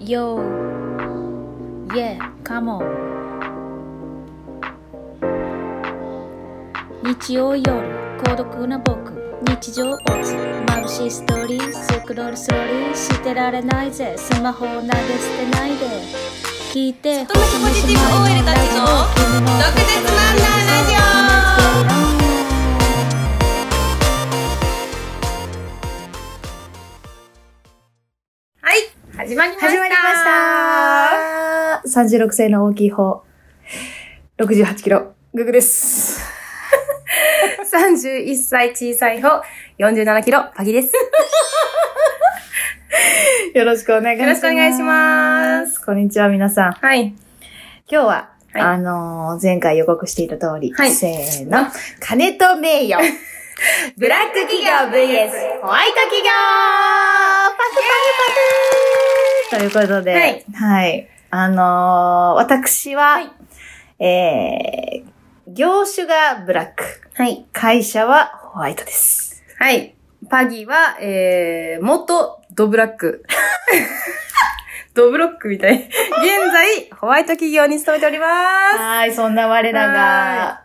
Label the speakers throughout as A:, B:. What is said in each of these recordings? A: Yo, yeah, come on. 日曜夜、孤独な僕、日常落ち、眩しいストーリー、スクロールスローリー、してられないぜ、スマホを投げ捨てないで。聞いて、
B: となくポジティブ OL たちの毒舌漫談
A: ラジオ
B: はい始まりました
C: 始まりました !36 歳の大きい方。68キロ。ググです。
B: 31歳小さい方、47キロ、パギです。
C: よろしくお願いします。
B: よろしくお願いします。
C: こんにちは、皆さん。
B: はい。
C: 今日は、
B: はい
C: あのー前回予告していた通り、
B: はい
C: せーの、金と 名誉。ブラック企業 VS ホワイト企業パフパフパフということで、
B: はい。
C: あのー私
B: は
C: は、
B: い
C: えー、業種がブラック、
B: はい。
C: 会社はホワイトです。
B: はい。パギは、えー、元ドブラック。 ドブロックみたい。現在、ホワイト企業に勤めておりま
C: はい、そんな我ら
B: は
C: が、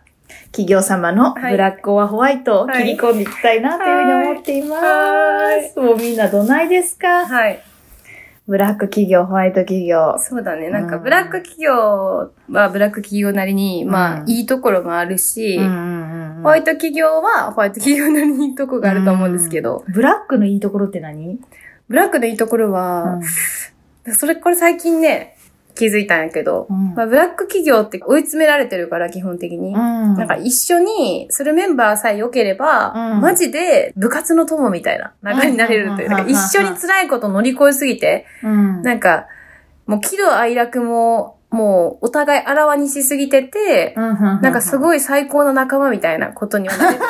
C: 企業様のブラックオアホワイトを切り込んでいきたいなというふうに思っています。
B: はい
C: もうみんなどないですか
B: す。はい。
C: ブラック企業、ホワイト企業。
B: そうだね。なんか、
C: うん
B: ブラック企業はブラック企業なりに、まあ
C: う、ん
B: いいところもあるし、
C: ん
B: ホワイト企業はホワイト企業なりにいいとこがあると思うんですけど、
C: うん。ブラックのいいところって何
B: ブラックのいいところは、それ、これ最近ね、気づいたんやけど、
C: うん
B: まあ、ブラック企業って追い詰められてるから、基本的に。
C: な
B: なんか、一緒にするメンバーさえ良ければ、
C: うん
B: マジで部活の友みたいな仲になれるという。
C: うん
B: なんか一緒に辛いこと乗り越えすぎて、
C: うん
B: なんか、もう喜怒哀楽も、もうお互いあらわにしすぎてて、
C: な
B: なんかす
C: い。
B: ごい最高の仲間みたいなことにはなれる。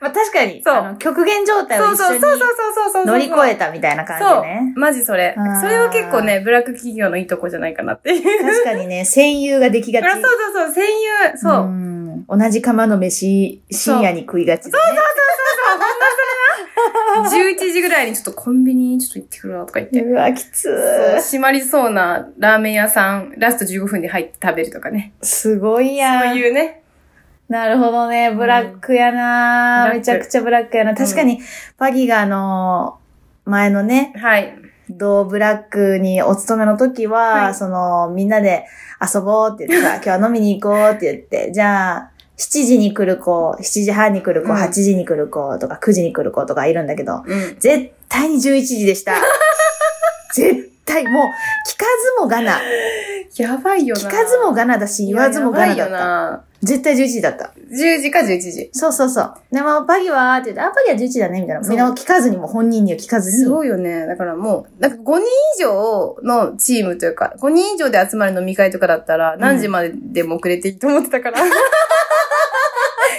C: まあ確かに、
B: そう
C: あの極限状態を
B: そう
C: 一
B: そう
C: 緒
B: そうそ
C: に
B: うそうそう。
C: 乗り越えたみたいな
B: そ
C: 感
B: う
C: じね。
B: マジそれ
C: あー。
B: それは結構ね、ブラック企業のいいとこじゃないかな っていう。
C: 確かにね、戦友ができが
B: あ
C: ち。
B: そうそうそう、戦友。そう。
C: う
B: 本
C: ん同じ釜の飯、深夜に食いがちだね。
B: 当それな。11時ぐらいにちょっとコンビニにちょっと行ってくるわとか言って。
C: うわ、きつ
B: そう
C: ー。
B: 閉まりそうなラーメン屋さん、ラスト15分で入って食べるとかね。
C: すごい
B: そ
C: や。
B: うんいうね。
C: なるほどね。ブラックやな、
B: うん
C: めちゃくちゃブラックやな。確かに、パギがあの、前のね、
B: はい。
C: 同ブラックにお勤めの時は、
B: はい
C: その、みんなで遊ぼうって言っ てさ、今日は飲みに行こうって言って、じゃあ、7時に来る子、7時半に来る子、
B: うん
C: 8時に来る子とか、9時に来る子とかいるんだけど、
B: うん。
C: 絶対に11 時でした。絶対、もう、聞かずもがな。
B: やばいよな。
C: 聞かずもがなだし、言わずもがなだ
B: いや
C: った。
B: やば
C: 絶対11時だった。
B: いよな10時か11時。
C: そうそうそう。でも、パギはって言って、あ、パギは11だね、みたいな。
B: そう
C: みんな聞かずにも、本人には聞かずに。
B: す ごいよね。だからもう、なんか5人以上のチームというか、5人以上で集まる飲み会とかだったら、何時まででも遅れていいと思ってたから。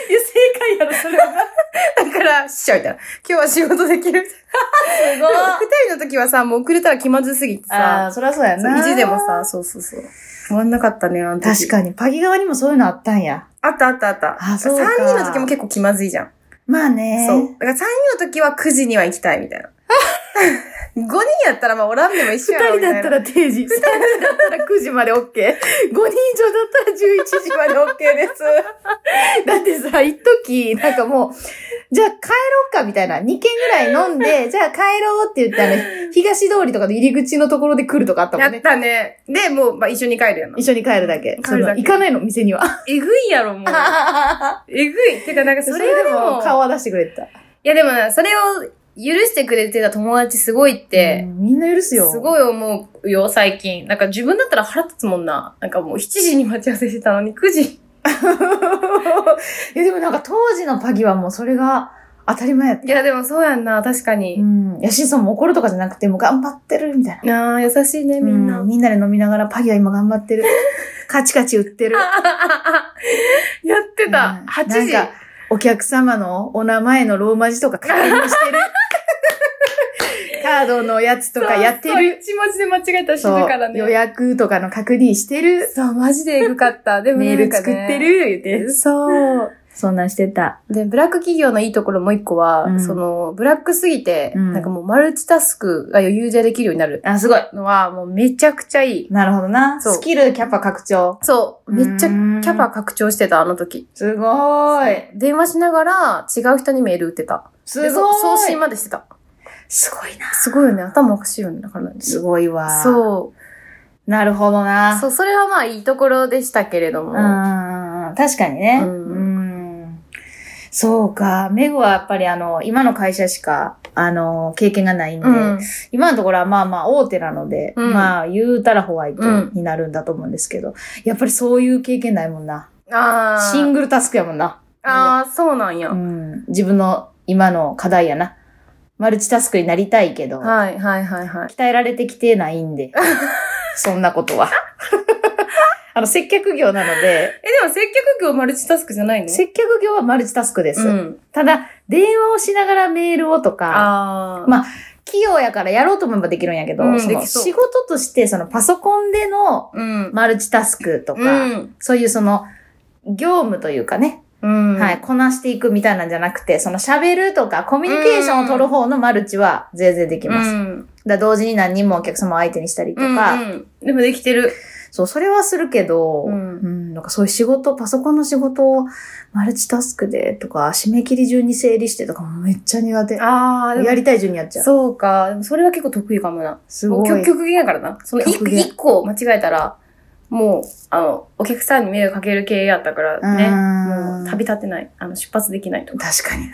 B: いや、正解やろ、それは。だから、しちゃうみたいな。今日は仕事できるみたい
C: すご
B: な。二人の時はさ、もう遅れたら気まずすぎて
C: ああ、
B: さ、
C: そりゃそうやな。
B: 1時でもさ、。そうそうそう。終わんなかったね、あの時。
C: 確かに、パギ側にもそういうのあったんや。
B: あったあったあった。
C: あそうか
B: 3人の時も結構気まずいじゃん。
C: まあね。
B: そう。だから3人の時は9時には行きたいみ たいな。5人やったらまあおらんでも一緒やろみたいな。
C: ら定 時。二人だったら9時まで OK。五人以 上だったら11時 まで OK です。だってさ、一時、なんかもう、じゃあ帰ろうかみたいな。2軒ぐらい飲ん で、じゃあ帰ろうって言って あの、東通りとかの入り口のところで来るとかあったもん
B: やっ
C: ね。
B: たね。で、もう、まあ、一緒に帰るやな。
C: 一緒に帰るだけ。
B: 帰るだけ
C: その行かないの、店には。
B: えぐいやろ、 もう。 えぐい。てか、なんかそ
C: そ
B: れは
C: れ
B: で
C: で
B: も、
C: も顔は出してくれてた。
B: いやでもな、それを許してくれてた友達すごいって
C: う、んみんな許すよ。
B: す
C: い。
B: ごい思うよ、最近。なんか自分だったら腹立つもんな。なんかもう7時に待ち合わせしてたのに9時。
C: や、でもなんか当時のパギはもうそれが当たり前やった。
B: いや、でもそうやんな、確か
C: う
B: に。
C: ん。ヤシソンも怒るとかじゃなくて、もう頑張ってるみたいな。
B: なあ、優しいね、みんな。
C: うみんなで飲みながらパギは今頑張ってる。カチカチ売ってる。
B: やってた。
C: うん
B: 8時。
C: なんか、お客様のお名前のローマ字とか確認して る。カードのやつとかやってる。
B: る。一文字で間違えたら死ぬからね。
C: 予約とかの確認してる。
B: そう、マジでエグかった。でも
C: メール作っ
B: なんか
C: て
B: ね
C: る、言って。
B: そう。
C: そんなんしてた。
B: で、ブラック企業のいいところもう一個は、
C: うん
B: その、ブラックすぎて、
C: うん
B: なんかもうマルチタスクが余裕でできるようになる
C: あ、すごい。
B: のは、もうめちゃくちゃいい。
C: なるほどな。
B: そう
C: スキル、キャパ拡張。
B: そう。めっちゃ
C: う
B: キ
C: ーん
B: ャパ拡張してた、あの時。
C: すごーい。
B: 電話しながら違う人にメール打ってた。
C: す
B: で
C: ご
B: そ
C: ーい。
B: 送信までしてた。
C: すごいな。
B: すごいよね。頭おかしいよね。だからね
C: すごいわ。う。
B: そう。
C: なるほどな。
B: そう、それはまあいいところでしたけれども。
C: うん確かにね。
B: う
C: うんん。そうか。メグはやっぱりあの、今の会社しか、あの、経験がないんで、
B: うん。
C: 今のところはまあまあ大手なので、
B: うん
C: まあ言うたらホワイトになるんだと思うんですけど、やっぱりそういう経験ないもんな。
B: ああ。
C: シングルタスクやもんな。
B: ああ、そうなんや。
C: うん。自分の今の課題やな。マルチタスクになりたいけど、
B: はいはいはいはい。
C: 鍛えられてきてな いんで、そんなことは。 あの、接客業なので、
B: え、でも接客業マルチタスクじゃないの
C: 接客業はマルチタスクです。
B: うん。
C: ただ、電話をしながらメールをとか、
B: ああ。
C: まあ企業やからやろうと思えばできるんやけど、
B: うん
C: そ
B: で
C: の
B: きそう
C: 仕事として、そのパソコンでの
B: うん。
C: マルチタスクとか、
B: うん。
C: そういうその、業務というかね、
B: うん。
C: はい、。こなしていくみたいなんじゃなくて、その喋るとか、コミュニケーションを取る方のマルチは全然でき
B: う
C: ます。だか
B: ん。
C: ら同時に何人もお客様を相手にしたりとか、
B: うんうんでもできてる。
C: そう、それはするけど、
B: う
C: うんん、なんかそういう仕事、パソコンの仕事をマルチタスクでとか、締め切り順に整理してとか、めっちゃ苦手。
B: ああ、でも
C: やりたい順にやっちゃう。
B: そうか。でもそれは結構得意かもな。
C: す
B: もう
C: ご
B: 極
C: い。
B: 極限やからな。その一
C: 極限
B: 一個間違えたら、もう、あの、お客さんに迷惑かける系やったからね。
C: うん
B: もう、旅立てない。あの、出発できないとか。
C: 確かにな。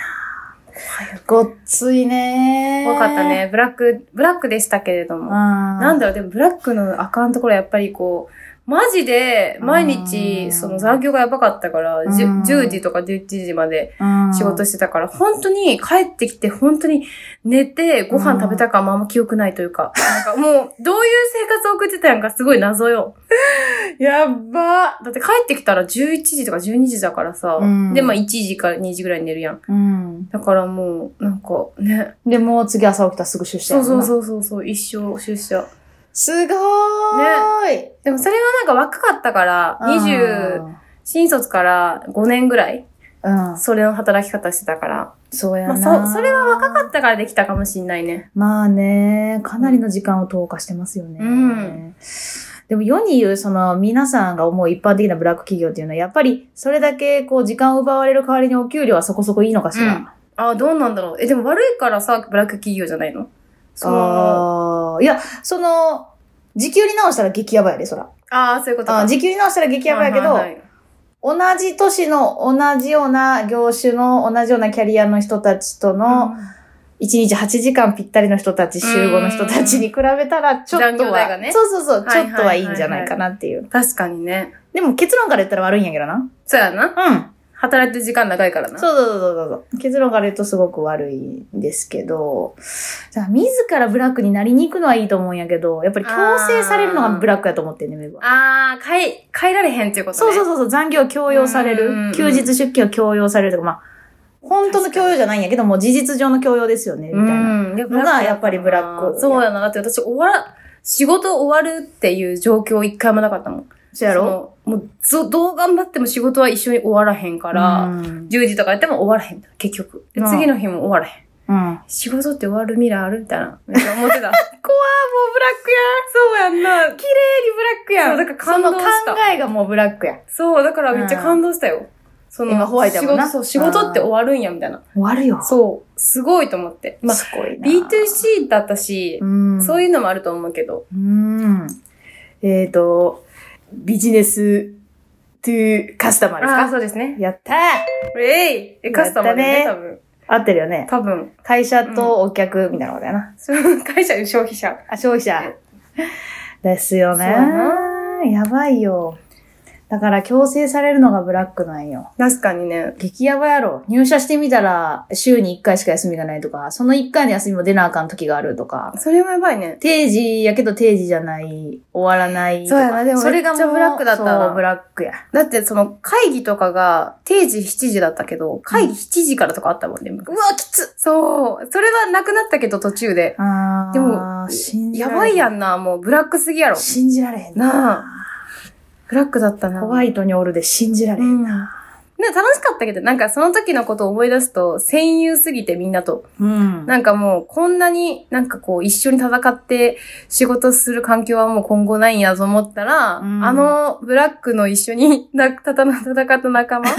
C: ごっついね。
B: 怖かった。ね。ブラック、ブラックでしたけれども。な
C: なん
B: だろう、でもブラックのあかんところはやっぱりこう、マジで毎
C: う
B: 日、
C: ん
B: その残業がやばかったから、じゅ
C: うん
B: 10時とか11時まで仕事
C: し
B: してたから、本当に帰ってきて、本当に寝て、ご飯食べたかもあんま記憶ないというか、なんかもう、どういう生活を送ってたんかすごい謎よ。
C: やっば。
B: だって帰ってきたら11時とか12時だからさ、
C: うん
B: で、まあ1時か2時ぐらいに寝るやん。
C: うん。
B: だからもう、なんかね、
C: で、もう次朝起きたらすぐ出
B: そ
C: 社や
B: う
C: もん
B: そう
C: な
B: そうそうそう、一生出社。
C: すごーい。ね。
B: でもそれはなんか若かったから、20、新卒から5年ぐらい、
C: うん。
B: それの働き方してたから。
C: そうや
B: ま
C: な。
B: あ、そ、それは若かったからできたかもしんないね。
C: まあね、かなりの時間を投下してますよね。
B: うん
C: でも世に言う、その、皆さんが思う一般的なブラック企業っていうのは、やっぱり、それだけ、こう、時間を奪われる代わりにお給料はそこそこいいのかし
B: う
C: ら。
B: んああ、どうなんだろう。え、でも悪いからさ、ブラック企業じゃないのその、あ
C: ああ、いや、その、時給に直したら激ヤバやで、そら。
B: あー、そういうこと
C: あ
B: か。
C: ー時給に直したら激ヤバやけど、
B: はいはいはい
C: 同じ都市の同じような業種の同じようなキャリアの人たちとの、1日8時間ぴったりの人たち、集合の人たちに比べたら、ちょっとは、
B: 残業代がね
C: そうそうそう、
B: はい
C: ち
B: は
C: ょ
B: い
C: っとはいいんじゃないかなっていう。
B: うん確かにね。
C: でも結論から言ったら悪いんやけどな。
B: そうやな。
C: うん。
B: 働いてる時間長いからな。
C: そうそうそうそうそう。結論から言うとすごく悪いんですけど、じゃあ自らブラックになりに行くのはいいと思うんやけど、やっぱり強制されるのがブラックやと思ってんね、メグは。
B: ああ、変え、変えられへんっていうことね。
C: そうそうそうそう、残業強要され
B: うんうんうん
C: る。休日出勤を強要されるとか、まあ、本当の強要じゃないんやけど、もう事実上の強要ですよね、みたいな。
B: うん。で
C: のがやっぱりブラック
B: そうやな。だって私、終わら、仕事終わるっていう状況一回もなかったもん。
C: そうやろ
B: そのもう、ずどう頑張っても仕事は一緒に終わらへんか、
C: からうん。
B: 10時とかやっても終わらへん。結局。で
C: うん
B: 次の日も終わらへん。
C: うん
B: 仕事って終わる未来あるみたいな。めっちゃ思って た。怖もうブラックやそうやんな。綺麗にブラックそう、だから
C: そ
B: 感
C: の
B: 動
C: 考
B: した。
C: えがもうブラックや。
B: そう、だからめっちゃ感動したよ。その、
C: 今ホワイトや
B: 仕
C: もん
B: 事、
C: な
B: そう、仕事って終わるんや、みたいな。
C: 終わるよ。
B: そう、すごいと思って。まあ、
C: すごいな。
B: B2C だったし、
C: うん。
B: そう
C: う。
B: いうのもあると思うけど。
C: うん。えっ、ー、と、ビジネストゥカスタマーです
B: ああ、
C: か
B: そうですね。
C: やったー
B: えいえ、カスタマーだよね、
C: や
B: 多
C: っ
B: 分。
C: 合ってるよね。
B: 多分。
C: 会社とお客みたいなことやな。
B: その 会社、消費者。
C: あ、消費者。ですよね
B: そうや
C: やばいよ。だから強制されるのがブラックなんよ。
B: 確かにね。
C: 激ヤバやろ。入社してみたら週に1回しか休みがないとか、その1回の休みも出なあかん時があるとか。
B: それはやばいね。
C: 定時やけど定時じゃない、終わらないと
B: そ
C: か。
B: うやなでも
C: それが
B: めっちゃ
C: もう
B: ブラックだったな
C: そう、ブラックや。
B: だって、その、会議とかが、定時7時だったけど、会議7時からとかあったもんね。
C: うわ、きつ
B: そう。それはなくなったけど、途中で。
C: あー
B: でも
C: 信じら
B: や
C: れへん
B: ばいやんな、もう、ブラックすぎやろ。
C: 信じられへんな。
B: なあ。ブラックだったな。
C: ホワ
B: い。
C: イトにおるで信じられ
B: う
C: へん。
B: ん。でね、楽しかったけど、なんかその時のことを思い出すと、戦友すぎてみんなと。
C: うん。
B: なんかもう、こんなになんかこう、一緒に戦って仕事する環境はもう今後ないんやと思ったら、
C: うん
B: あのブラックの一緒に な戦った仲 間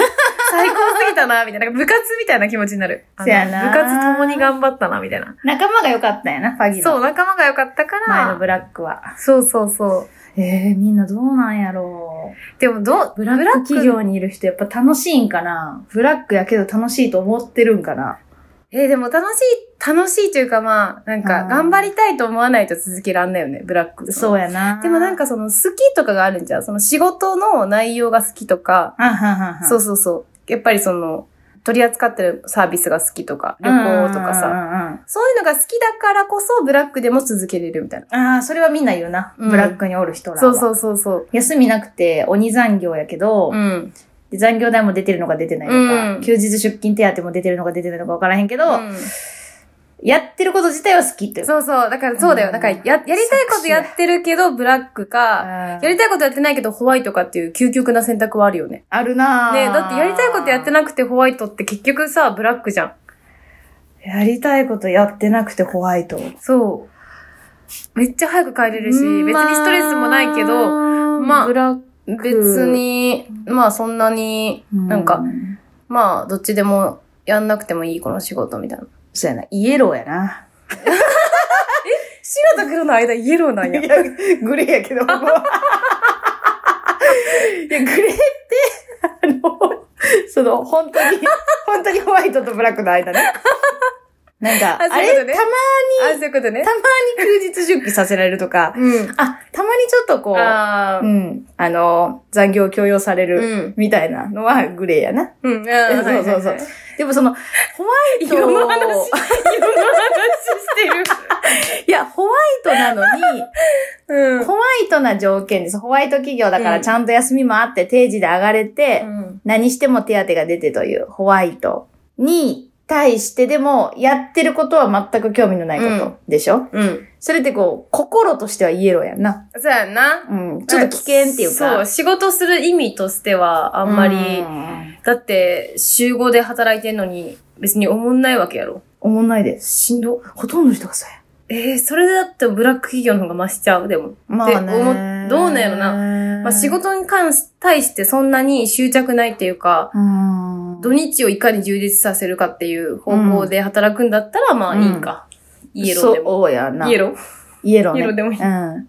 B: 最高すぎたな、みたいな。なんか部活みたいな気持ちになる。あの
C: せやな
B: 部活共に頑張ったな、みたいな。
C: 仲間が良かったんやな、ファギ
B: そう、
C: の
B: 仲間が良かったか
C: 前の
B: ら
C: ブ、ラックは。
B: そうそうそう。
C: ええみんなどうなんやろう。
B: でもどう、
C: ブラック企業にいる人やっぱ楽しいんかなブラックやけど楽しいと思ってるんかな
B: えーでも楽しい、楽しいというかまあ、なん
C: う
B: か、
C: ん
B: 頑張りたいと思わないと続けらんないよね、ブラック。
C: そうやな。
B: でもなん、かその好きとかがあるんじゃん。その仕事の内容が好きとか、
C: はんはんはんはん
B: そうそうそう。やっぱりその、取り扱ってるサービスが好きとか、旅行とか
C: うんう
B: さ。
C: んうんうん
B: そういうのが好きだからこそ、ブラックでも続けれるみたいな。
C: ああ、それはみんな言うな。
B: うん
C: ブラックにおる人らは。
B: そうそうそうそう。
C: 休みなくて鬼残業やけど、
B: うん。
C: 残業代も出てるのか出てないのか、
B: うん
C: 休日出勤手当も出てるのか出てないのか分からへんけど、
B: うん
C: やってること自体は好きっていう。
B: そうそう。だからそうだ
C: う
B: よ。
C: ん
B: だからや、やりたいことやってるけど、ブラックか、
C: や
B: やりたいことやってないけど、ホワイトかっていう究極な選択はあるよね。
C: あるなぁ
B: ねだってやりたいことやってなくてホワイトって結局さ、ブラックじゃん。
C: やりたいことやってなくてホワイト。
B: そう。めっちゃ早く帰れるし、別に
C: まあ
B: ストレスもないけど、まあ
C: ブラック
B: 別に、まあそんなに、なんか、
C: う
B: まあどっちでもやんなくてもいいこの仕事みたいな。
C: そうやな。イエローやな。
B: 白と黒の間イエローなんや。
C: グレーやけど。いや、グレーって、あの、その、本当に、本当にホワイトとブラックの間ね。なんか、
B: あ
C: あ
B: そういうこ
C: れ、
B: とね
C: たま
B: あ、そういうことね
C: た。に休日出勤させられるとか、
B: うん。
C: あ、たまにちょっとこう、
B: ああ
C: う。ん、あの、残業強要され
B: う
C: る、
B: ん。
C: みたいなのはグレーやな。
B: うん。
C: そうそうそう。でもその、ホワイト
B: 色の話、色の話してる。
C: いや、ホワイトなのに、
B: うん。
C: ホワイトな条件です。ホワイト企業だか
B: う
C: ら
B: ん
C: ちゃんと休みもあって定時で上がれて、何しても手当が出てというホワイトに対してでもやってることは全く興味のないことでしょ、
B: うん。
C: それってこう、心としてはイエローやんな。
B: そうやんな。
C: うん。ちょっと危険っていうか。
B: そう、仕事する意味としては、あんまり
C: う、ん
B: だって、週5で働いてんのに、別に思んないわけやろ。
C: 思んないです。
B: しんど。
C: ほとんどの人がそうや。
B: えー、それだってブラック企業の方が増しちゃう、でも。
C: ま
B: で思っどうなんやろ
C: な
B: まあ、仕、事に関し、対してそんなに執着ないっていうか、
C: うん。
B: 土日をいかに充実させるかっていう方向で働くんだったら、まあいいか。イエローでも。
C: そうやな。
B: イエロー
C: イエロー、ね。
B: イエローでもいい
C: うん。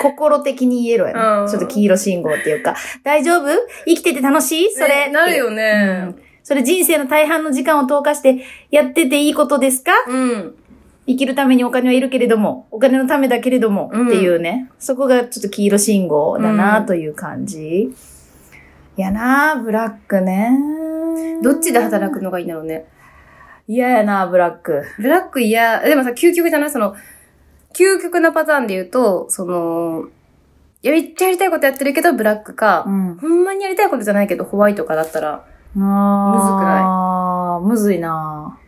C: 心的にイエローやな、
B: うん
C: ちょっと黄色信号っていうか、大丈夫生きてて楽しいそれ、
B: ねなるよ
C: う
B: ね
C: ん。。それ人生の大半の時間を投下してやってていいことですか
B: うん。
C: 生きるためにお金はいるけれども、お金のためだけれども、
B: うん
C: っていうね。そこがちょっと黄色信号だな
B: うん
C: という感じ。やなブラックね。
B: どっちで働く
C: の
B: のがいいんだろうね。
C: 嫌やなブラック。
B: ブラック嫌、でもさ、究極じゃないその、究極なパターンで言うと、その、いや、めっちゃやりたいことやってるけど、ブラックか、
C: ん。
B: ほんまにやりたいことじゃないけど、ホワイトかだったら、
C: あーむずいな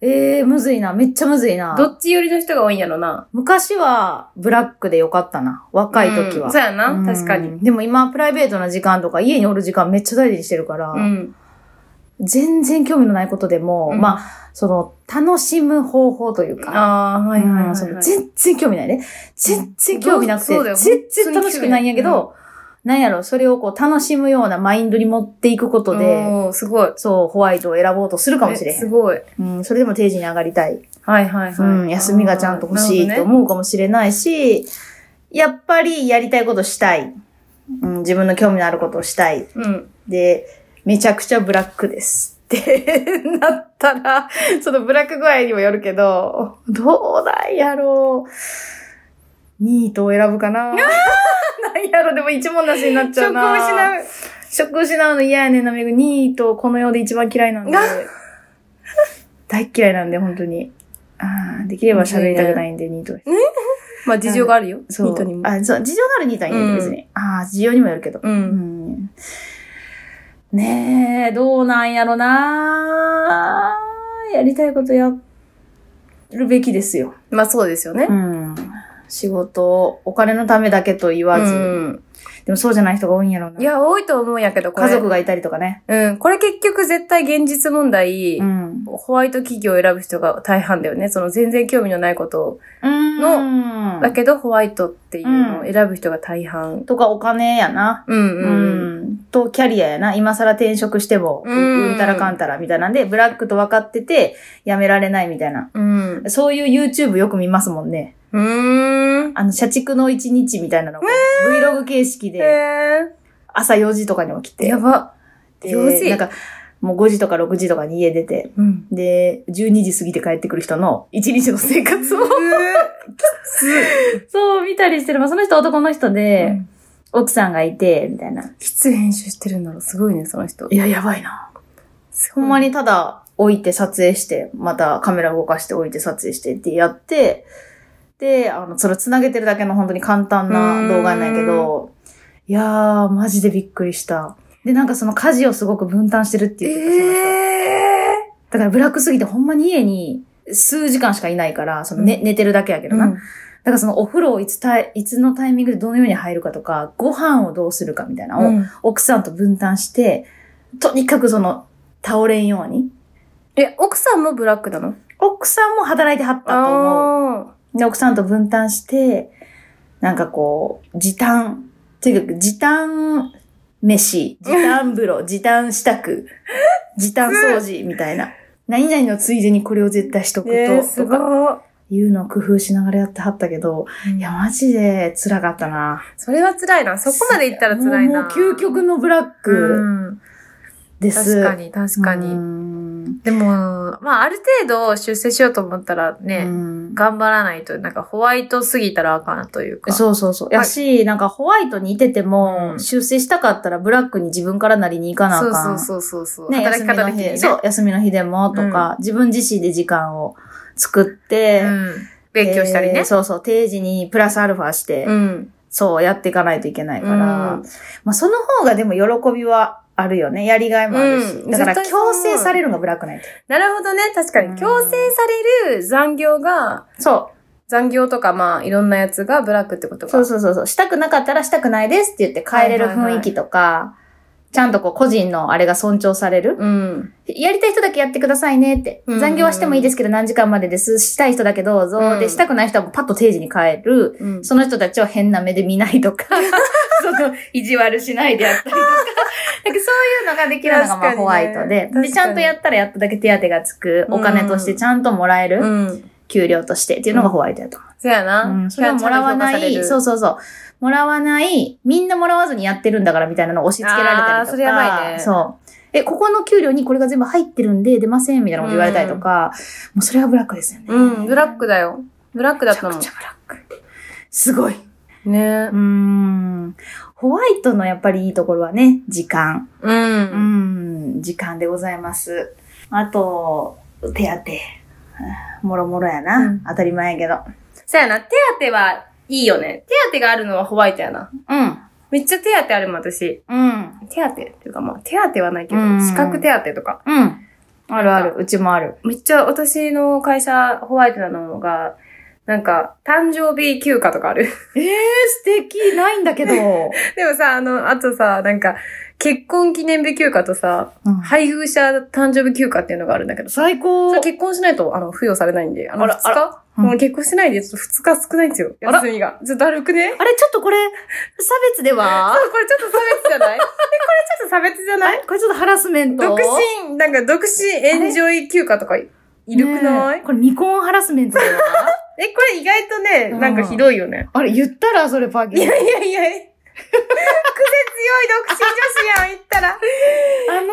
C: ええー、むずいな。めっちゃむずいな。
B: どっち寄りの人が多いんやろな。
C: 昔は、ブラックでよかったな。若い時
B: う
C: は。
B: んそうやな、
C: うん
B: 確かに。。
C: でも今、プライベートな時間とか、家におる時間めっちゃ大事にしてるから、
B: うん。
C: 全然興味のないことでも、
B: うん
C: まあ、その、楽しむ方法というか、
B: ああ、はいはいはい、
C: う
B: は
C: ん
B: い。
C: その全然興味ないね。全然興味なくて
B: どうそうだ、よ
C: 全然楽しくないんやけ
B: 本当に
C: ど、なんやろ、それをこう、楽しむようなマインドに持っていくことで、
B: おーすごい。
C: そう、ホワイトを選ぼうとするかもしれ
B: え
C: へん
B: す。ごい。
C: うん、それでも定時に上がりたい。
B: はいはいはい。
C: うん、休みがちゃんと欲しいと
B: う。
C: 思うかもしれないし、やっぱりやりたいことしたい。うん、自分の興味のあることをしたい。
B: うん。
C: で、めちゃくちゃブラックです。って なったら、そのブラック具合にもよるけど、どうだやろう。ニートを選ぶか な。なんやろ、でも一問なしになっちゃう
B: 職を
C: な。う。
B: 失う。
C: 職失うの嫌やねんな、めぐ。ニート、この世で一番嫌いなんで。大っ嫌いなんで、本当に。ああ、できれば喋りたくないんで、ニートです。
B: まあ、事情があるよ。
C: そう。
B: ニートにも。
C: あ、そう、事情があるニートに
B: うん
C: 別に。ああ、事情にもよるけど。
B: うん
C: んねえ、どうなんやろなやりたいことやるべきですよ。
B: まあ、そうですよね
C: う。ん。仕事、お金のためだけと言わず。
B: うん
C: でもそうじゃない人が多いんやろうな。
B: いや、多いと思うんやけど、これ。
C: 家族がいたりとかね。
B: うん。これ結局絶対現実問題、
C: ん。
B: ホワイト企業を選ぶ人が大半だよね。その全然興味のないことを。
C: の
B: だけど、ホワイトっていうのを選ぶ人が大半。
C: とかお金やな。
B: うん
C: う
B: うん。
C: ん。と、キャリアやな。今更転職しても、う
B: うん
C: んたらかんたらみたいなんで、ブラックと分かってて、やめられないみたいな。
B: うん。う
C: そういう YouTube よく見ますもんね。
B: ーん。
C: あの、社畜の一日みたいなのを Vlog 形式
B: へ
C: で、
B: え
C: 朝4時とかに起き
B: ー。
C: て
B: や、ば。
C: で
B: 4時
C: なんか、もう5時とか6時とかに家出て、
B: うん。
C: で、12時過ぎて帰ってくる人の一日の生活を、 そう、見たりしてる。まあ、その人男の人で、
B: うん
C: 奥さんがいて、みたいな。
B: いつ編集してるんだろうすごいね、その人。
C: いや、やばいな。
B: ほ
C: ほんま。にただ置いて撮影して、またカメラ動かして置いて撮影してってやって、で、あの、それを繋げてるだけの本当に簡単な動画なんやけど、いやー、マジでびっくりした。で、なんかその家事をすごく分担してるって
B: え
C: 言ってた、その人
B: え
C: だからブラックすぎてほんまに家に数時間しかいないから、その寝,、
B: う
C: 寝てるだけやけ
B: ー。
C: どな。だからそのお風呂をいつたい、いつのタイミングでどのように入るかとか、ご飯をどうするかみたいなのを、
B: うん
C: 奥さんと分担して、とにかくその、倒れんように。
B: え、奥さんもブラックなの
C: 奥さんも働いてはったと思
B: あ
C: う。で、奥さんと分担して、なんかこう、時短、とにかく時短飯、時短風 呂、時短支度、時短掃除みたいな。何々のついでにこれを絶対しとく
B: ー。
C: と、
B: えー、す
C: と
B: ご
C: か
B: ー
C: いうのを工夫しながらやってはったけど、いや、マジで辛かったな。
B: それは辛いな。そこまでいったら辛いな。
C: もうもう究極のブラック
B: うん。
C: です。
B: 確かに、確か
C: うー
B: に。
C: ん。
B: でも、まあ、ある程度出世しようと思ったらね、
C: うん
B: 頑張らないと、なんかホワイトすぎたらあかんというか。
C: そうそうそう。やし、なんかホワイトにいてても、
B: うん
C: 出世したかったらブラックに自分からなりに行かなあ
B: そう
C: か。
B: そうんそうそうそう。
C: ね、
B: 働
C: 休
B: き
C: み
B: 方
C: の
B: 的に
C: 日、
B: ね。
C: そう、休みの日でもとか、自分自身で時間を作って、
B: うん。勉強したり
C: え
B: ね
C: ー。そうそう、定時にプラスアルファして、
B: うん。
C: そう、やっていかないといけないから、
B: うん
C: まあその方がでも喜びはあるよね。やりがいもあるし。
B: うん
C: だから
B: 絶対そう思
C: 強
B: う
C: 制されるのがブラックなんて。
B: なるほどね。確か
C: うん
B: に。強制される残業が、
C: そ
B: 残業とかまあ、いろんなやつがブラックってことか。
C: う。そうそうそうそう。したくなかったらしたくないですって言って帰れる雰囲気とか、ちゃんとこう個人のあれが尊重される。
B: うん。
C: やりたい人だけやってくださいねって。
B: うん
C: 残業はしてもいいですけど何時間までです。したい人だけどうぞ。
B: うん
C: で、したくない人はもうパッと定時に帰る。
B: うん。
C: その人たちを変な目で見ないと か、その、意地悪しないでやったりとか、なんかそういうのができるのがまあ
B: 確かにね
C: ホワイトで、
B: 確か
C: で、
B: に
C: ちゃんとやったらやっただけ手当がつく、
B: うん
C: お金としてちゃんともらえる、
B: うん。
C: 給料としてっていうのがホワイトやと思
B: そうやな。
C: う。うん、それはもらわな
B: ちゃんと評価され
C: い、
B: る
C: そうそうそう、もらわない、みんなもらわずにやってるんだからみたいなのを押し付けられたりとか、
B: あーそれやばいね
C: そう。え、ここの給料にこれが全部入ってるんで出ませんみたいなこと言われたりとか、もうそれはブラックですよね。
B: うん、ブラックだよ。ブラックだ
C: め
B: っ
C: ち
B: た
C: ゃ
B: も
C: く
B: ん
C: ち。ゃブラック。すごい。
B: ね
C: うーん。ホワイトのやっぱりいいところはね、時間。
B: う。
C: うんん、時間でございます。あと、手当。もろもろやな、
B: うん
C: 当たり前やけど。
B: そうやな、手当はいいよね。手当があるのはホワイトやな。
C: うん。
B: めっちゃ手当あるもん、私。
C: うん。
B: 手当っていうかまあ、手当はないけど
C: うん、
B: 資格手当とか。
C: うん。あるある。うちもある。
B: めっちゃ私の会社、ホワイトなのが、なんか、誕生日休暇とかある。
C: ええー、素敵ないんだけど。
B: でもさ、あの、あとさ、なんか、結婚記念日休暇とさ、
C: うん
B: 配偶者誕生日休暇っていうのがあるんだけどさ。
C: 最高
B: それ結婚しないと、あの、付与されないんで。あの、
C: あら
B: 2日
C: うん
B: もう結婚してないで、ちょっと2日少ないんですよ。
C: あら
B: 休みが。ちょっとだるくね
C: あれ、ちょっとこれ、差別では
B: そうこれちょっと差別じゃ ないえ、これちょっと差別じゃ
C: あ
B: ない
C: れこれちょっとハラスメント。
B: 独身、なんか独身エンジョイ休暇とかいいるくない、
C: ねえこれ未婚ハラスメントでは
B: え、これ意外とね、
C: うん
B: なんかひどいよね。
C: あれ、言ったらそれパーキ
B: い
C: ー。
B: やいやいや。 癖強い独身女子やん、言ったら。
C: あのー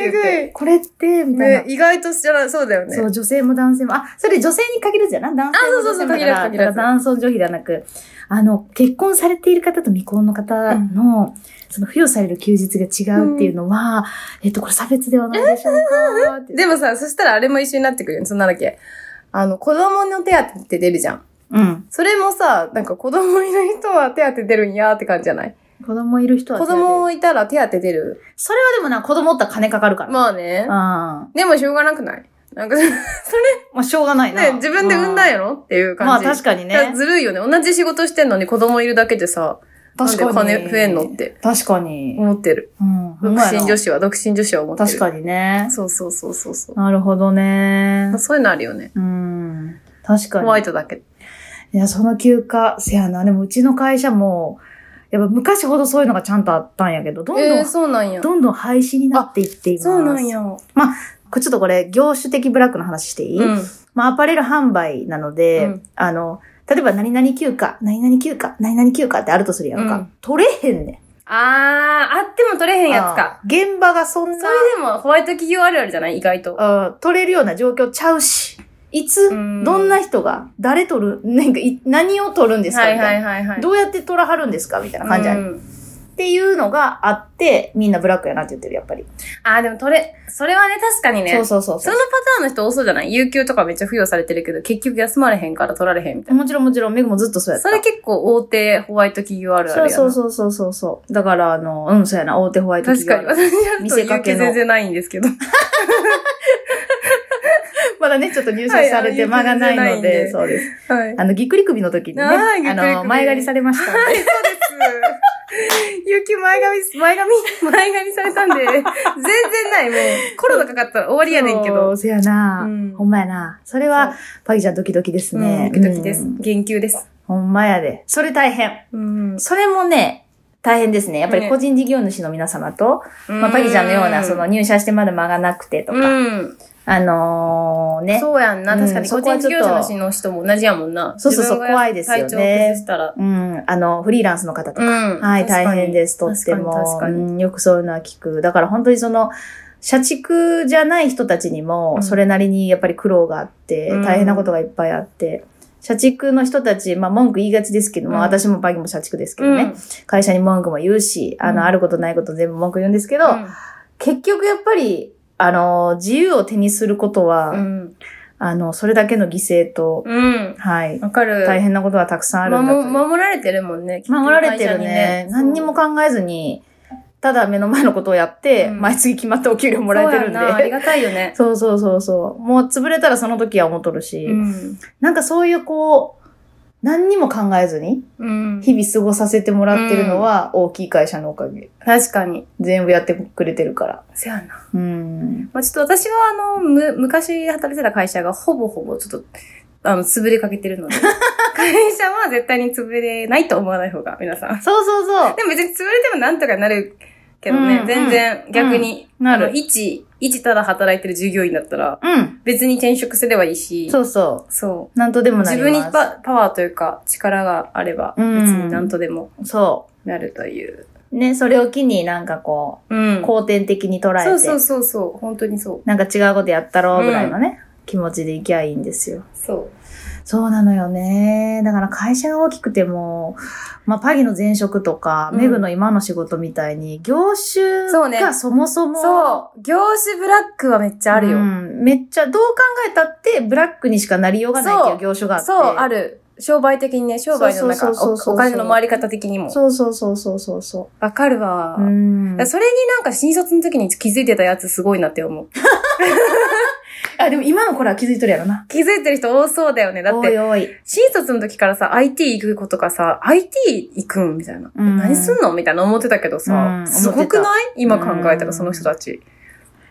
B: えぐい
C: って言っ
B: え
C: てこれって、みたいな
B: ね、。意外と知らない、そうだよね。
C: そう、女性も男性も。あ、それ女性に限るじゃない男性も
B: あそうそうそう
C: 女性もだから
B: 限らず限らず
C: だから男尊女卑ではなく、あの、結婚されている方と未婚の方の、その付与される休日が違うっていうのは、えっと、これ差別ではないでしょうかって
B: でもさ、そしたらあれも一緒になってくるよね。そんなんだっけ。あの、子供の手当って出るじゃん。
C: うん。
B: それもさ、なんか子供いる人は手当出るんやーって感じじゃない
C: 子供いる人は手
B: 子
C: 当てる。
B: 供いたら手当出る。
C: それはでもな、子供おったら金かかるから。
B: まあね。
C: あ、うん。
B: でもしょうがなくないなんか、それ
C: まあ、しょうがないな。
B: ね、自分で産んだんやろっていう
C: うんまあ、
B: 感じ。
C: 確かに
B: だから
C: ね。
B: ずるいよね。同じ仕事してんのに子供いるだけでさ、なんで金増えんのって
C: 確かに。
B: 思ってる。
C: うん。ほ
B: 独
C: んまやな
B: 身女子は、独身女子は思ってる。
C: 確かにね。
B: そうそうそうそうそう。
C: なるほどね。
B: そういうのあるよね。
C: うん。確か
B: ホ
C: に。
B: ワイトだけ。
C: いや、その休暇、せやな。でもうちの会社も、やっぱ昔ほどそういうのがちゃんとあったんやけど、どんどん、
B: えー、そうなんや。
C: どんどん廃止になっていっています。
B: そうなんや。うん。
C: これちょっとこれ、業種的ブラックの話していい、まあ、アパレル販売なので、
B: うん
C: あの、例えば何々休暇、何々休暇、何々休暇ってあるとするやんか。
B: うん
C: 取れへんね
B: あー、あっても取れへ
C: ん。
B: んやつか。
C: あー現場がそん
B: そ
C: な、
B: れでもホワイト企業あるあるじゃない意外と。
C: あー取れるような状況ちゃうし、いつ、
B: うん
C: どんな人が、誰取る、なんかい、何を取るんですかみ
B: は
C: たい
B: い
C: な。
B: はいはいはい。
C: どうやって取らはるんですかみたいな感じある、
B: うん
C: っていうのがあって、みんなブラックやなって言ってる、やっぱり。
B: あー、でも取れ、それはね、確かにね。
C: そうそうそう
B: そ
C: そ
B: のパターンの人多そうじゃない有給とかめっちゃ付与されてるけど、結局休まれへんから取られへんみた
C: う。
B: いな。
C: もちろんもちろん、メグもずっとそうやった。
B: それ結構大手ホワイト企業あるあるやな。
C: そうそうそうそうそう。だから、あの、うん、そうやな、大手ホワイト
B: 確
C: 企業。
B: かに。私は
C: 見せかけの
B: 全然ないんですけど。
C: まだね、ちょっと入社されて間がないので、
B: はいあの
C: そうです。
B: はい。
C: あの、ぎっくり首の時にね、
B: あーぎっくり
C: あ
B: 首
C: の、前借りされま したんで。
B: はい、そうです。有給前髪、前髪、前髪され たんで、全然ない。もう、コロナかかったら終わりやねんけ
C: そ
B: ど。
C: うせやな、
B: うん
C: ほんまやな。それは、パギちゃんドキドキです
B: うん、
C: ね。
B: ドキドキです
C: うん。
B: 言及です。
C: ほんまやで。それ大変。
B: うん。
C: それもね、大変ですね。やっぱり
B: ね
C: 個人事業主の皆様と、まあ、パギちゃんのような、その、入社してまだ間がなくてとか、
B: うん。
C: あのーね。
B: そうやんな。
C: うん
B: 確かに、個
C: そこは
B: 人
C: ちょ
B: 事
C: っと
B: 業者の人も同じやもんな。
C: そうそうそう
B: 自分が
C: 怖いですよね
B: 体調崩したら。
C: うん。あの、フリーランスの方とか、
B: うん
C: はい、
B: 確かに
C: 大変です。とっても
B: 確かに確かに
C: うんよくそういうのは聞く。だから本当にその、社畜じゃない人たちに
B: う
C: も、
B: ん
C: それなりにやっぱり苦労があって、
B: うん
C: 大変なことがいっぱいあって、社畜の人たち、まあ文句言いがちですけども、
B: うん
C: 私もバギも社畜ですけど
B: う
C: ね、
B: ん。
C: 会社に文句も言うし、あの、
B: うん
C: あることないこと全部文句言うんですけど、
B: う
C: 結局やっぱり、あの、自由を手にすることは、
B: ん。
C: あの、それだけの犠牲と、
B: うん。
C: はい、
B: わかる。
C: 大変なことはたくさんあるんだという
B: 守守られてるもんね。
C: 守られてるね。何にも
B: か
C: 考えずに、ただ目の前のことをやって、
B: うん
C: 毎月決まったお給料もらえてるんで。
B: ありがたいよ ね。
C: そうそうそうそう。もう潰れたらその時は思っとるし、
B: うん。
C: なんかそういうこう、何にも考えずに、
B: うん。
C: 日々過ごさせてもらってるのは、大きい会社のおかげ。
B: 確かに。
C: 全部やってくれてるから。
B: せやな。
C: うん。
B: まあ、ちょっと私は、あの、む、昔働いてた会社がほぼほぼちょっと、あの、潰れかけて るので。会社は絶対に潰れないと思わない方が、皆さん。
C: そうそうそう。
B: でも別に潰れてもなんとかなるけどね。
C: うん
B: 全然、逆に。
C: な
B: あの
C: る。
B: 一、一ただ働いてる従業員だったら、
C: うん。
B: 別に転職すればいいし。
C: そうそ
B: そう。
C: う。なんとでもな
B: 自
C: ります。
B: 分にパパワーというか力があれば別
C: うん
B: に何とでも
C: そ
B: なるという。
C: う。ね、それを機になんかこ
B: うん
C: う、後天的に捉えて。
B: そうそうそうそう、本当にそう。
C: なんか違うことやったろうぐらいのね、気持ちでいきゃいいんですよ。
B: そう。
C: そうなのよね。だから会社が大きくても、まあ、パギの前職とか、
B: うん
C: メグの今の仕事みたいに、業種
B: そうね
C: がそもそも、
B: そう、業種ブラックはめっちゃあるよ。
C: うんめっちゃ、どう考えたって、ブラックにしかなりようがないっていう業種があって。
B: そう、あ
C: る。
B: る。商売的にね、商売のなんか
C: そうそうそうそうそう
B: おお金の回り方的にも。
C: そうそうそうそうそうそ
B: わかるわ。
C: う。うん
B: だからそれになんか新卒の時に気づいてたやつすごいなって思う。
C: あ、でも今の頃は気づいとるやろな。
B: 気づいてる人多そうだよね。だっ
C: おい
B: て、
C: おい。
B: 新卒の時からさ、IT 行く子とかさ、IT 行くんみたいな。
C: うん
B: 何すんのみたいな思ってたけどさ
C: う、ん
B: すごくない今考えた
C: うん
B: らその人たち。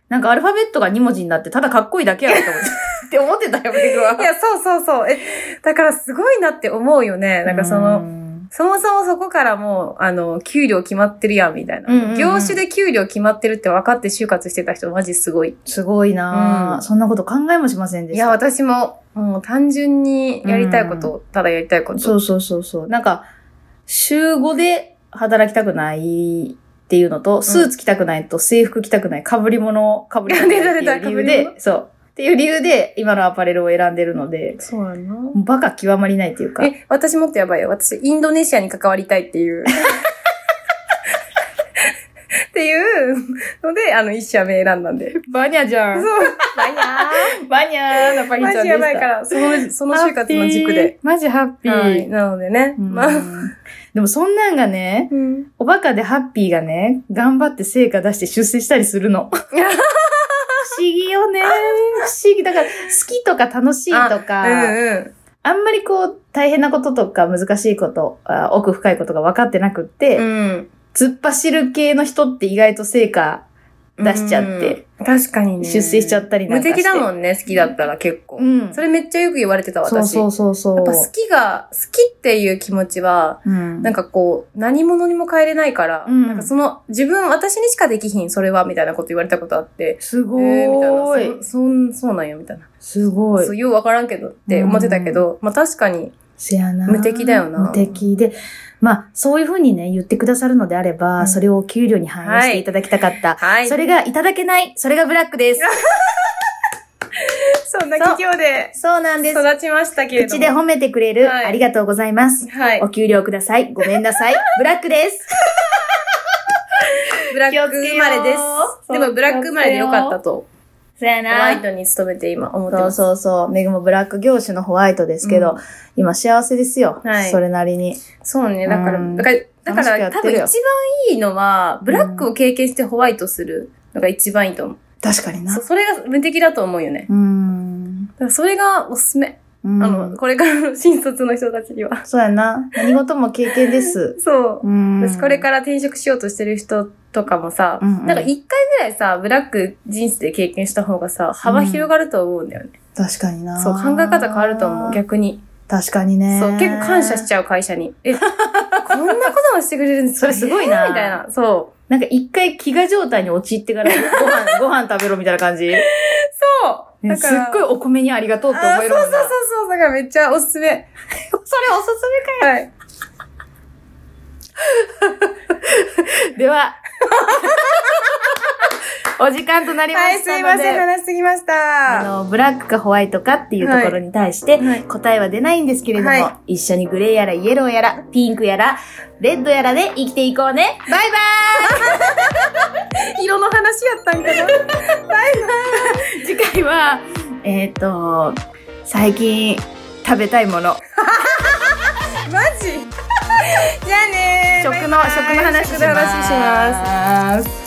C: なんかアルファベットが2文字になって、ただかっこいいだけやろと思って。 って思ってたよ、メグ は。
B: いや、そうそうそう。え、だからすごいなって思うよね。なんかその、
C: うん、
B: そもそもそこからもう、あの、給料決まってるやん、みたいな。
C: うんうんうん
B: 業種で給料決まってるって分かって就活してた人、マジすごい。
C: すごいな、
B: う
C: ぁ
B: ん
C: そんなこと考えもしませんで
B: い
C: した。
B: や、私も、もう単純にやりたいこと、ただやりたいこと。
C: そうそうそうそう。なんか、週5で働きたくないっていうのと、スーツ着たくないと制服着たくない、被り物を被りたくないっていう理由
B: 出た出た被り
C: で、そう。っていう理由で、今のアパレルを選んでるので、
B: そうやな。
C: もうバカ極まりないっていうか。
B: え、私もっとやばいよ。私、インドネシアに関わりたいって いう。っていうので、あの、一社目選んだんで。
C: バニャじゃ
B: そう。。バイヤ
C: バニャーのパ
B: ー
C: ギちゃん
B: マ
C: でした。
B: ジやばいから、その、その就活の軸
C: ハッピ
B: で。
C: ー。マジハッピー。
B: はい。なのでね。
C: うん
B: まあ。
C: でもそんなんがね、
B: うん
C: おバカでハッピーがね、頑張って成果出して出世したりす るの。不思議よね。不思議。だから、好きとか楽しいとか、
B: うんうん。
C: あんまりこう、大変なこととか難しいこと、あ奥深いことが分かってなくって、
B: うん。
C: 突っ走る系の人って意外と成果出しちゃって、
B: うん。確かにね。
C: 出世しちゃったりなん
B: 無
C: かして
B: 敵だもんね、好きだったら結構。
C: うん
B: それめっちゃよく言われてた、私。
C: そうそうそうそう。
B: やっぱ好きが、好きっていう気持ちは、
C: うん。
B: なんかこう、何者にも変えれないから、
C: うん
B: なんかその、自分、私にしかできひん、それは、みたいなこと言われたことあって、え
C: す
B: ー、
C: ご
B: みたい
C: ーい
B: な、そ、そん、そうなんよ、みたいな。
C: すご
B: そう、
C: い。
B: ようわからんけどって思ってたけど、まあ確かに、
C: せやな。
B: 無敵だよな
C: 無敵で。まあ、そういうふうにね、言ってくださるのであれば、
B: うん
C: それをお給料に反映していただきたかった。
B: は
C: それがいただけない。それがブラックです。
B: そんな企業で、
C: そうなんです。
B: 育ちましたけれど
C: 口
B: も。
C: で褒めてくれる。
B: はい
C: ありがとうございます。
B: はい
C: お。給料ください。ごめんなさい。ブラックです。
B: ブラ
C: 気
B: ッ
C: を
B: ク
C: つけよう
B: 生まれです。でも、ブラック生まれでよかったと、
C: そや
B: ホワイ。トに勤めて今思って
C: そ
B: ま
C: う
B: す。
C: そうそう。めぐもブラック業種のホワイトですけど、
B: うん
C: 今幸せですよ。
B: はい
C: それなりに。
B: そうね。だから、
C: うん
B: だから、だか
C: 楽しく
B: ら
C: やって
B: 多
C: る
B: 分一
C: よ
B: 番いいのは、ブラックを経験してホワイトするのが一番いいと思う。
C: 確かにな
B: そ。それが無敵だと思うよね。
C: うーん。
B: だからそれがおすすめ。
C: うん
B: あの、これからの新卒の人たちには。
C: そうやな。何事も経験です。
B: そうう。
C: ん。
B: 私これから転職しようとしてる人とかもさ、
C: うんうん
B: なんか一回ぐらいさ、ブラック人生で経験した方がさ、幅広がると思うんだよね。
C: 確かにな。
B: そう、考え方変わると思う、逆に。
C: 確かにね。
B: そう、結構感謝しちゃう会社に。 え、こんなこともしてくれるんです
C: それすごいな
B: みたいな。そう。
C: なんか一回飢餓状態に陥ってから ご飯、ご飯食べろみたいな感じ。
B: そう。
C: ね
B: だ
C: す
B: か
C: っ
B: ら
C: ごいお米にありがとうって思えるもんな
B: あそうそうそうそう。だからめっちゃおすすめ。
C: それおすす
B: はい。
C: め。では。お時間となりま
B: はい、
C: し
B: す
C: た
B: い
C: の
B: ま
C: で。
B: せん。話しすぎまし
C: あ
B: た。
C: の、ブラックかホワイトかっていうところに対して、
B: はい
C: 答えは出ないんですけれども、
B: は
C: 一緒にグレーやらイエローやら、ピンクやら、レッドやらで生きていこうね。バイバ
B: 色の話やったんかな。
C: イ次回は、えっ、と、最近食べたいもの。
B: マ ジじゃあねー
C: 食の、
B: バイバイ
C: 食の話し
B: 食の話します。
C: ます。